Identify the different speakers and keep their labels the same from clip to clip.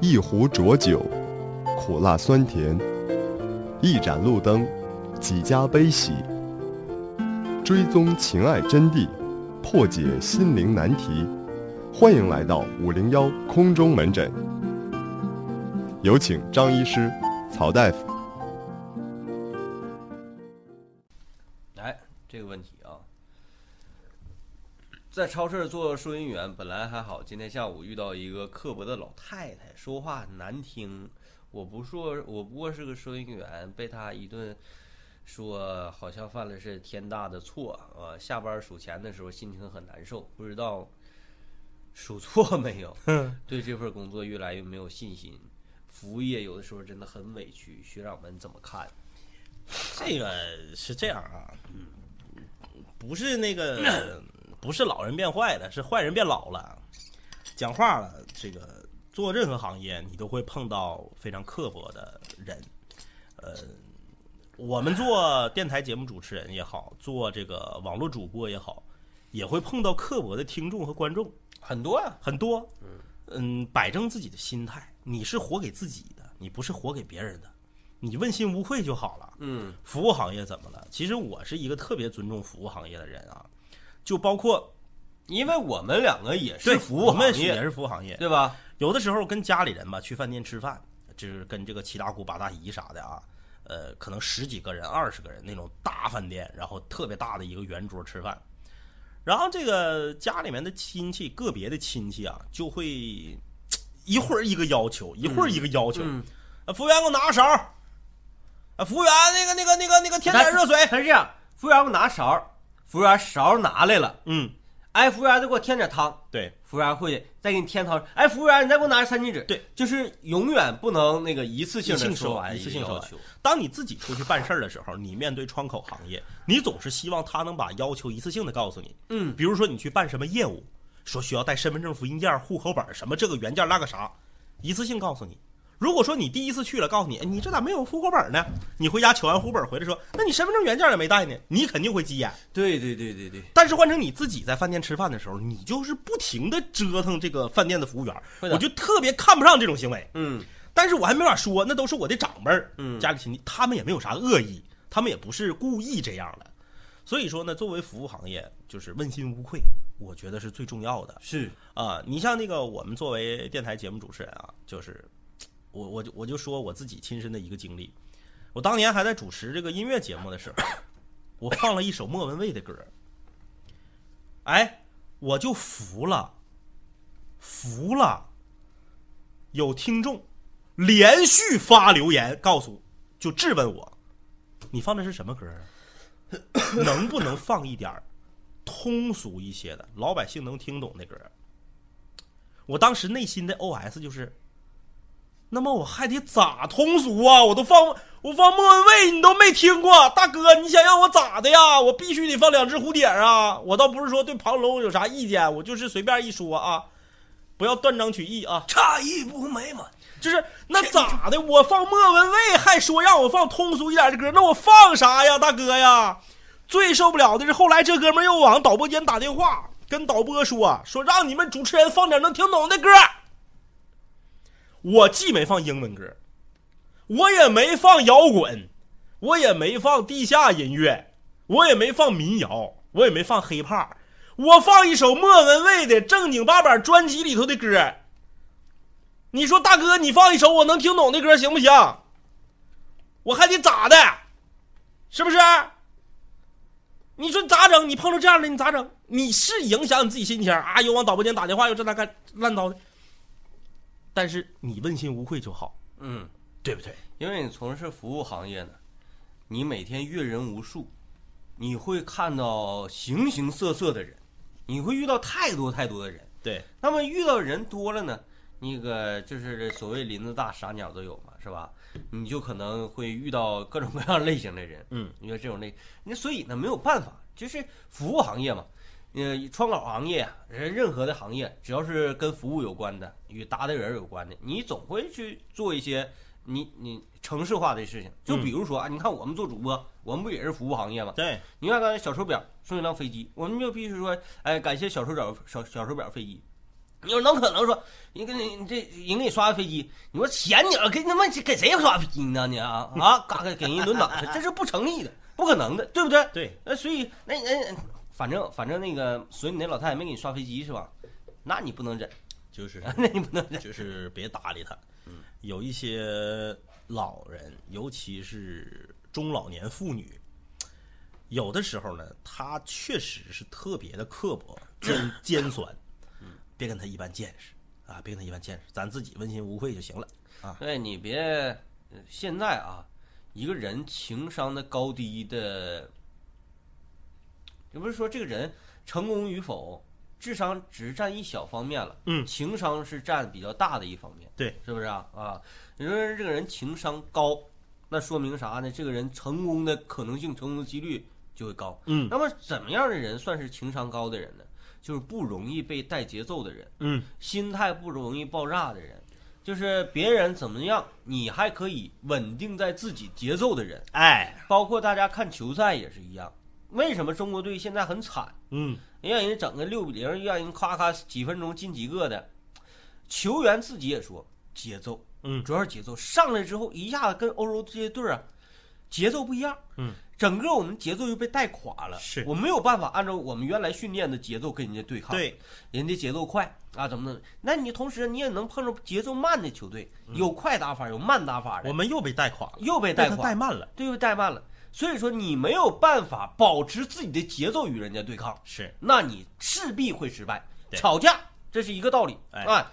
Speaker 1: 一壶浊酒，苦辣酸甜；一盏路灯，几家悲喜。追踪情爱真谛，破解心灵难题。欢迎来到五零幺空中门诊，有请张医师、曹大夫。
Speaker 2: 哎，这个问题啊，在超市做收银员本来还好，今天下午遇到一个刻薄的老太太，说话难听。我不说，我不过是个收银员，被她一顿说，好像犯了是天大的错啊。下班数钱的时候心情很难受，不知道数错没 有？对这份工作越来越没有信心。服务业有的时候真的很委屈，学长们怎么看？
Speaker 3: 这个是这样啊，不是那个不是老人变坏了，是坏人变老了，讲话了。这个做任何行业，你都会碰到非常刻薄的人。呃，我们做电台节目主持人也好，做这个网络主播也好，也会碰到刻薄的听众和观众。
Speaker 2: 很多啊呀、
Speaker 3: 很多，嗯，摆正自己的心态，你是活给自己的，你不是活给别人的，你问心无愧就好了。
Speaker 2: 嗯，
Speaker 3: 服务行业怎么了？其实我是一个特别尊重服务行业的人啊，就包括
Speaker 2: 因为我们两个也
Speaker 3: 对
Speaker 2: 是服务
Speaker 3: 我们
Speaker 2: 行
Speaker 3: 也
Speaker 2: 业，
Speaker 3: 是服务行业。
Speaker 2: 对吧？
Speaker 3: 有的时候跟家里人吧去饭店吃饭，就是跟这个七大姑八大姨啥的啊，呃，可能十几个人、二十个人那种大饭店，然后特别大的一个圆桌吃饭，然后这个家里面的亲戚，个别的亲戚啊，就会嘖一会儿一个要求，一会儿一个要求，
Speaker 2: 嗯
Speaker 3: 啊服务员给我拿个勺儿，啊，服务员那个那个那个那个添点热水，
Speaker 2: 他是这样，服务员给我拿勺儿，服务员勺拿来了，
Speaker 3: 嗯，
Speaker 2: 哎，服务员再给我添点汤，
Speaker 3: 对
Speaker 2: 服务员会再给你添汤，哎，服务员你再给我拿餐巾纸，
Speaker 3: 对，
Speaker 2: 就是永远不能那个一次性
Speaker 3: 一次
Speaker 2: 的
Speaker 3: 性
Speaker 2: 说
Speaker 3: 说
Speaker 2: 完
Speaker 3: 一次
Speaker 2: 个
Speaker 3: 性啊说
Speaker 2: 要
Speaker 3: 完
Speaker 2: 求，
Speaker 3: 当你自己出去办事儿的时候，你面对窗口行业，你总是希望他能把要求一次性的告诉你。
Speaker 2: 嗯，
Speaker 3: 比如说你去办什么业务，说需要带身份证、复印件、户口本儿什么这个原件那个啥，一次性告诉你。如果说你第一次去了，告诉你哎你这咋没有户口本儿呢？你回家取完户口本儿回来说，那你身份证原件也没带呢，你肯定会急眼。
Speaker 2: 对对对对对，
Speaker 3: 但是换成你自己在饭店吃饭的时候，你就是不停的折腾这个饭店的服务员儿，
Speaker 2: 会的
Speaker 3: 我就特别看不上这种行为。
Speaker 2: 嗯
Speaker 3: 但是我还没法说，那都是我的长辈儿，
Speaker 2: 嗯
Speaker 3: 家里亲戚，他们也没有啥恶意，他们也不是故意这样的。所以说呢，作为服务行业，就是问心无愧，我觉得是最重要的
Speaker 2: 是，
Speaker 3: 啊。你像那个我们作为电台节目主持人啊，就是我我就我就说我自己亲身的一个经历，我当年还在主持这个音乐节目的时候，我放了一首莫文蔚的歌儿，哎，我就服了，服了。有听众连续发留言告诉，就质问我，你放的是什么歌啊？ 能不能放一点儿通俗一些的，老百姓能听懂的歌？我当时内心的 OS 就是，那么我还得咋通俗啊？我都放我放莫文蔚，你都没听过，大哥，你想让我咋的呀？我必须得放两只蝴蝶啊！我倒不是说对庞龙有啥意见，我就是随便一说啊，不要断章取义啊。
Speaker 2: 差异不美满，
Speaker 3: 就是那咋的？我放莫文蔚，还说让我放通俗一点的歌，那我放啥呀，大哥呀？最受不了的是后来这哥们儿又往导播间打电话，跟导播说说让你们主持人放点能听懂的歌。我既没放英文歌，我也没放摇滚，我也没放地下音乐，我也没放民谣，我也没放 hiphop，我放一首莫文蔚的正经八百专辑里头的歌。你说大哥，你放一首我能听懂的歌行不行？我还得咋的？是不是？你说咋整？你碰着这样的你咋整？你是影响你自己心情啊？又往导播间打电话，又这那干乱糟的。但是你问心无愧就好，
Speaker 2: 嗯，
Speaker 3: 对不对？
Speaker 2: 因为你从事服务行业呢，你每天阅人无数，你会看到形形色色的人，你会遇到太多太多的人。
Speaker 3: 对，
Speaker 2: 那么遇到人多了呢，那个就是所谓林子大傻鸟都有嘛，是吧？你就可能会遇到各种各样类型的人，
Speaker 3: 嗯，
Speaker 2: 因为这种类，那所以呢没有办法，就是服务行业嘛，呃，窗口行业啊，人任何的行业，只要是跟服务有关的，与搭的人有关的，你总会去做一些你你城市化的事情，就比如说啊，你看我们做主播，我们不也是服务行业吗？
Speaker 3: 对，
Speaker 2: 你看刚才小手表送一辆飞机，我们就必须说，哎，感谢小手表小小手表飞机。你有能可能说，人给你你这人给你刷个飞机，你说闲你了，给他妈给谁刷飞机呢？你啊啊，嘎给给人一顿打，这是不成立的，不可能的，对不对？
Speaker 3: 对，
Speaker 2: 那所以那那反正反正那个，所以你那老太太没给你刷飞机是吧？那你不能忍，
Speaker 3: 就是
Speaker 2: 啊那你不能嗯忍。
Speaker 3: 就是别搭理他。有一些老人，尤其是中老年妇女，有的时候呢，她确实是特别的刻薄、尖尖酸。
Speaker 2: 嗯
Speaker 3: 别跟他一般见识啊，别跟他一般见识，咱自己问心无愧就行了啊。
Speaker 2: 对你别，呃现在啊，一个人情商的高低的，也不是说这个人成功与否，智商只占一小方面了，
Speaker 3: 嗯
Speaker 2: 情商是占比较大的一方面，
Speaker 3: 对，
Speaker 2: 是不是啊？啊，你说这个人情商高，那说明啥呢？这个人成功的可能性、成功的几率就会高。
Speaker 3: 嗯
Speaker 2: 那么怎么样的人算是情商高的人呢？就是不容易被带节奏的人。
Speaker 3: 嗯，
Speaker 2: 心态不容易爆炸的人，就是别人怎么样，你还可以稳定在自己节奏的人。
Speaker 3: 哎，
Speaker 2: 包括大家看球赛也是一样，为什么中国队现在很惨？
Speaker 3: 嗯，
Speaker 2: 让人整个六比零，让人咔咔几分钟进几个的，球员自己也说节奏，
Speaker 3: 嗯
Speaker 2: 主要是节奏上来之后一下子跟欧洲这些队儿啊节奏不一样，
Speaker 3: 嗯，
Speaker 2: 整个我们节奏就被带垮了，
Speaker 3: 是
Speaker 2: 我没有办法按照我们原来训练的节奏跟人家对抗，
Speaker 3: 对，
Speaker 2: 人家节奏快啊，怎么怎么，那你同时你也能碰着节奏慢的球队，有快打法，有慢打法的，
Speaker 3: 嗯我们又被带垮了，
Speaker 2: 又被
Speaker 3: 被
Speaker 2: 带
Speaker 3: 他
Speaker 2: 垮
Speaker 3: 带，慢了。
Speaker 2: 对，又带慢了。所以说你没有办法保持自己的节奏与人家对抗，
Speaker 3: 是，
Speaker 2: 那你势必会失败。
Speaker 3: 对
Speaker 2: 吵架这是一个道理，
Speaker 3: 哎
Speaker 2: 啊，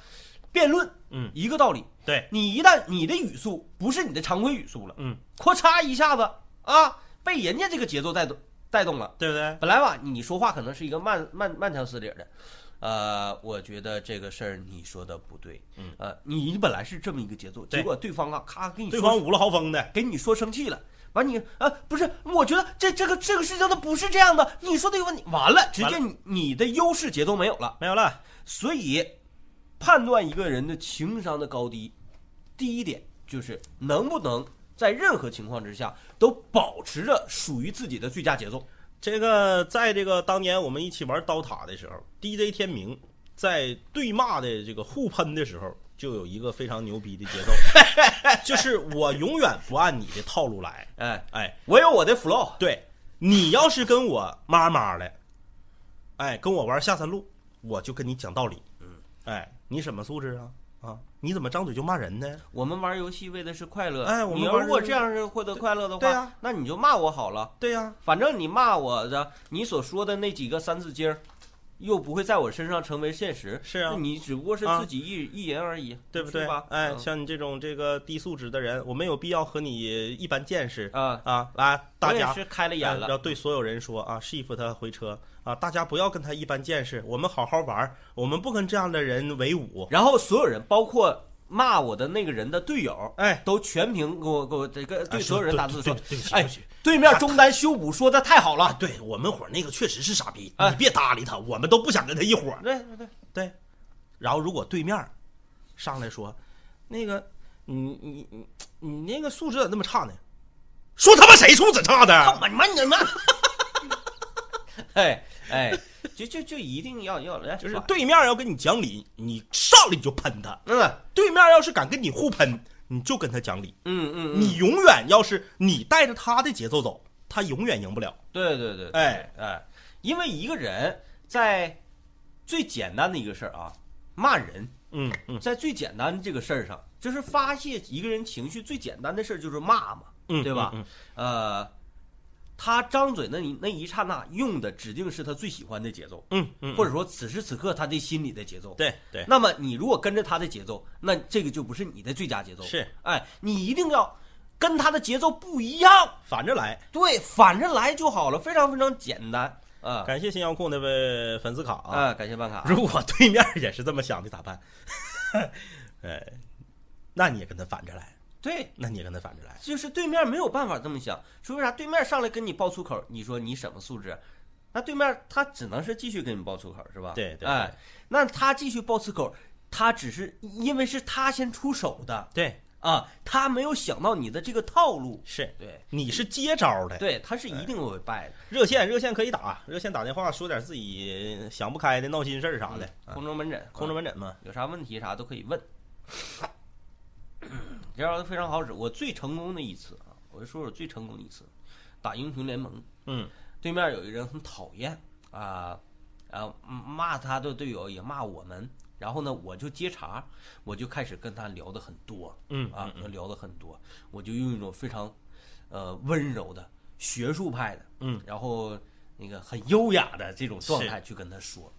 Speaker 2: 辩论
Speaker 3: 嗯，
Speaker 2: 一个道理。
Speaker 3: 对，
Speaker 2: 你一旦你的语速不是你的常规语速了，
Speaker 3: 嗯，
Speaker 2: 咔嚓一下子啊，被人家这个节奏带动带动了。
Speaker 3: 对不对？
Speaker 2: 本来吧，你说话可能是一个慢慢慢条斯理的，呃，我觉得这个事儿你说的不对，
Speaker 3: 嗯，
Speaker 2: 呃，你本来是这么一个节奏，
Speaker 3: 对
Speaker 2: 结果对方啊，咔给你
Speaker 3: 对
Speaker 2: 说
Speaker 3: 方捂了豪风的，
Speaker 2: 给你说生气了。完你啊，不是，我觉得这这个这个事情它不是这样的，你说的有问题。完了，直接
Speaker 3: 完
Speaker 2: 你你的优势节奏没有了，
Speaker 3: 没有了。
Speaker 2: 所以判断一个人的情商的高低，第一点就是能不能在任何情况之下都保持着属于自己的最佳节奏。
Speaker 3: 这个在这个当年我们一起玩刀塔的时候，DJ 天明在对骂的这个互喷的时候，就有一个非常牛逼的节 奏，就是我永远不按你的套路来。
Speaker 2: 哎，
Speaker 3: 哎，
Speaker 2: 我有我的 flow，
Speaker 3: 对你要是跟我妈妈的，哎，跟我玩下三路，我就跟你讲道理。嗯，哎，你什么素质啊？啊，你怎么张嘴就骂人呢？
Speaker 2: 我们玩游戏为的是快乐。
Speaker 3: 哎我们
Speaker 2: 你
Speaker 3: 玩
Speaker 2: 如果
Speaker 3: 游戏
Speaker 2: 这样是获得快乐的话，
Speaker 3: 对啊
Speaker 2: 那你就骂我好了。
Speaker 3: 对呀、
Speaker 2: 反正你骂我的，你所说的那几个三字经儿，又不会在我身上成为现实。
Speaker 3: 是啊
Speaker 2: 那你只不过是
Speaker 3: 啊
Speaker 2: 自己一、一人而已，
Speaker 3: 对不对
Speaker 2: 是吧？？
Speaker 3: 哎，
Speaker 2: 嗯
Speaker 3: 像你这种这个低素质的人，我没有必要和你一般见识
Speaker 2: 啊，
Speaker 3: 啊！来，大
Speaker 2: 我也
Speaker 3: 家哎呃
Speaker 2: 是开了眼
Speaker 3: 要
Speaker 2: 了。
Speaker 3: 对所有人说啊，shift 他回车啊，大家不要跟他一般见识，我们好好玩儿，我们不跟这样的人为伍。
Speaker 2: 然后所有人，包括骂我的那个人的队友，
Speaker 3: 哎，
Speaker 2: 都全屏给我给我这个对
Speaker 3: 啊是
Speaker 2: 所有人打字
Speaker 3: 对
Speaker 2: 说
Speaker 3: 对对不起，对
Speaker 2: 哎
Speaker 3: 不起，
Speaker 2: 对面中单修补说的太好
Speaker 3: 啊
Speaker 2: 了。
Speaker 3: 对我们伙儿那个确实是傻逼，
Speaker 2: 哎
Speaker 3: 你别搭理他，我们都不想跟他一伙儿。
Speaker 2: 对对对，
Speaker 3: 对，然后如果对面儿上来说，那个你你你你那个素质咋那么差呢？说他妈谁素质差
Speaker 2: 他
Speaker 3: 啊的？
Speaker 2: 妈你妈你妈！哎哎，就就就一定要要来，
Speaker 3: 就是
Speaker 2: 耍
Speaker 3: 对面儿要跟你讲理，你上来你就喷他；
Speaker 2: 嗯
Speaker 3: 对面儿要是敢跟你互喷，你就跟他讲理。
Speaker 2: 嗯嗯，嗯，
Speaker 3: 你永远要是你带着他的节奏走，他永远赢不了。
Speaker 2: 对对对，对
Speaker 3: 哎
Speaker 2: 哎，因为一个人在最简单的一个事儿啊，骂人，
Speaker 3: 嗯嗯
Speaker 2: 在最简单的这个事儿上，就是发泄一个人情绪最简单的事儿就是骂嘛，
Speaker 3: 嗯
Speaker 2: 对吧？
Speaker 3: 嗯嗯
Speaker 2: 呃，他张嘴那一那一刹那用的指定是他最喜欢的节奏，
Speaker 3: 嗯嗯，
Speaker 2: 或者说此时此刻他的心里的节奏。
Speaker 3: 对对，
Speaker 2: 那么你如果跟着他的节奏，那这个就不是你的最佳节奏。
Speaker 3: 是，
Speaker 2: 哎，你一定要跟他的节奏不一样。
Speaker 3: 反着来。
Speaker 2: 对，反正来就好了，非常非常简单啊
Speaker 3: 感谢新遥控那位粉丝卡啊！
Speaker 2: 啊！感谢办卡，
Speaker 3: 如果对面也是这么想的咋办？ 呃，那你也跟他反着来，
Speaker 2: 对，
Speaker 3: 那你也跟他反着来。
Speaker 2: 就是对面没有办法这么想，说为啥？对面上来跟你爆粗口，你说你什么素质？那对面他只能是继续跟你爆粗口，是吧？
Speaker 3: 对对
Speaker 2: 哎，那他继续爆粗口，他只是因为是他先出手的
Speaker 3: 对
Speaker 2: 啊，他没有想到你的这个套路，
Speaker 3: 是
Speaker 2: 对
Speaker 3: 你是接招的，
Speaker 2: 对，他是一定会败的。
Speaker 3: 热线热线可以打，热线打电话说点自己想不开的、闹心事儿啥的，啊
Speaker 2: 空中门诊，
Speaker 3: 空中门诊嘛，
Speaker 2: 有啥问题啥都可以问。 这招都非常好使，我最成功的一次啊，我就说我最成功的一次，打英雄联盟，
Speaker 3: 嗯，
Speaker 2: 对面有一人很讨厌啊，啊骂他的队友也骂我们，然后呢我就接茬，我就开始跟他聊的很多，
Speaker 3: 嗯
Speaker 2: 啊聊的很多，我就用一种非常呃温柔的学术派的，
Speaker 3: 嗯，
Speaker 2: 然后那个很优雅的这种状态去跟他说，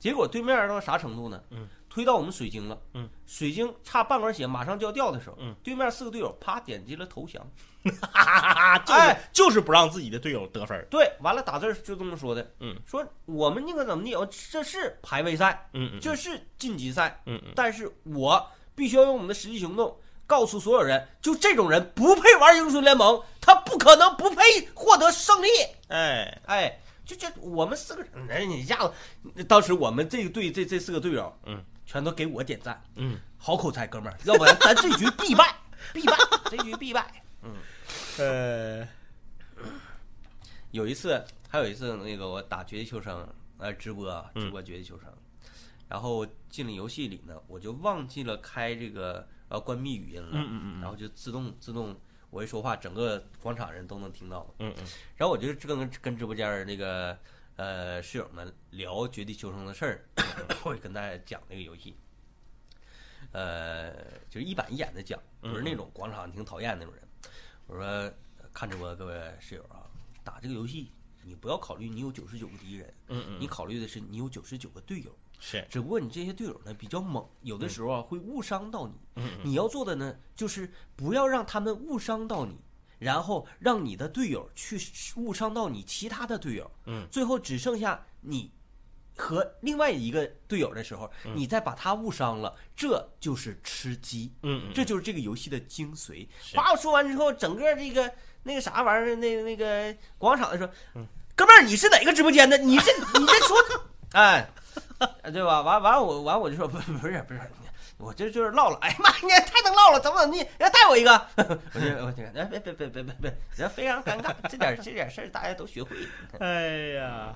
Speaker 2: 结果对面到啥程度呢？嗯，推到我们水晶了，
Speaker 3: 嗯，
Speaker 2: 水晶差半管血马上就要掉的时候，
Speaker 3: 嗯，
Speaker 2: 对面四个队友啪点击了投降。
Speaker 3: 哈哈哈！ 就是、
Speaker 2: 哎
Speaker 3: 就是不让自己的队友得分儿，
Speaker 2: 对，完了打字儿就这么说的，
Speaker 3: 嗯，
Speaker 2: 说我们那个怎么地，哦这是排位赛，
Speaker 3: 嗯嗯
Speaker 2: 这是晋级赛，
Speaker 3: 嗯嗯，
Speaker 2: 但是我必须要用我们的实际行动告诉所有人，就这种人不配玩英雄联盟，他不可能不配获得胜利。
Speaker 3: 哎，
Speaker 2: 哎，就这我们四个人，哎你一下子，当时我们这个队这这四个队友，
Speaker 3: 嗯，
Speaker 2: 全都给我点赞，
Speaker 3: 嗯，
Speaker 2: 好口才，哥们儿，要不然咱这局必败，必败，这局必败。
Speaker 3: 呃，
Speaker 2: 有一次，还有一次，那个我打绝地求生，呃，直播啊
Speaker 3: 嗯
Speaker 2: 直播绝地求生，然后进了游戏里呢，我就忘记了开这个呃关闭语音了，
Speaker 3: 嗯嗯嗯
Speaker 2: 然后就自动自动我一说话，整个广场人都能听到我，
Speaker 3: 嗯嗯
Speaker 2: 然后我就跟跟直播间儿那个呃室友们聊绝地求生的事 儿，我就跟大家讲那个游戏，呃，就是一板一眼的讲，不是那种广场挺讨厌那种人。我说呃看直播各位室友啊，打这个游戏你不要考虑你有九十九个敌人，
Speaker 3: 嗯嗯，
Speaker 2: 你考虑的是你有九十九个队友，
Speaker 3: 是，
Speaker 2: 只不过你这些队友呢比较猛，有
Speaker 3: 嗯
Speaker 2: 的时候啊会误伤到你。你要做的呢就是不要让他们误伤到你，然后让你的队友去误伤到你其他的队友。
Speaker 3: 嗯，
Speaker 2: 最后只剩下你和另外一个队友的时候，
Speaker 3: 嗯
Speaker 2: 你再把他误伤了，这就是吃鸡。
Speaker 3: 嗯嗯，
Speaker 2: 这就是这个游戏的精髓。
Speaker 3: 是
Speaker 2: 话说完之后，整个这个那个啥玩意儿，那那个广场的说，
Speaker 3: 嗯
Speaker 2: 哥们儿，你是哪个直播间的？你这你这 说，哎，对吧？完完我完我就说不不是不是。我这就是唠了，哎呀妈，你也太能唠了，怎么怎么地，人家带我一个，我就我就哎别别别别别别，人家非常尴尬，这点这点事儿大家都学会了。
Speaker 3: 哎呀，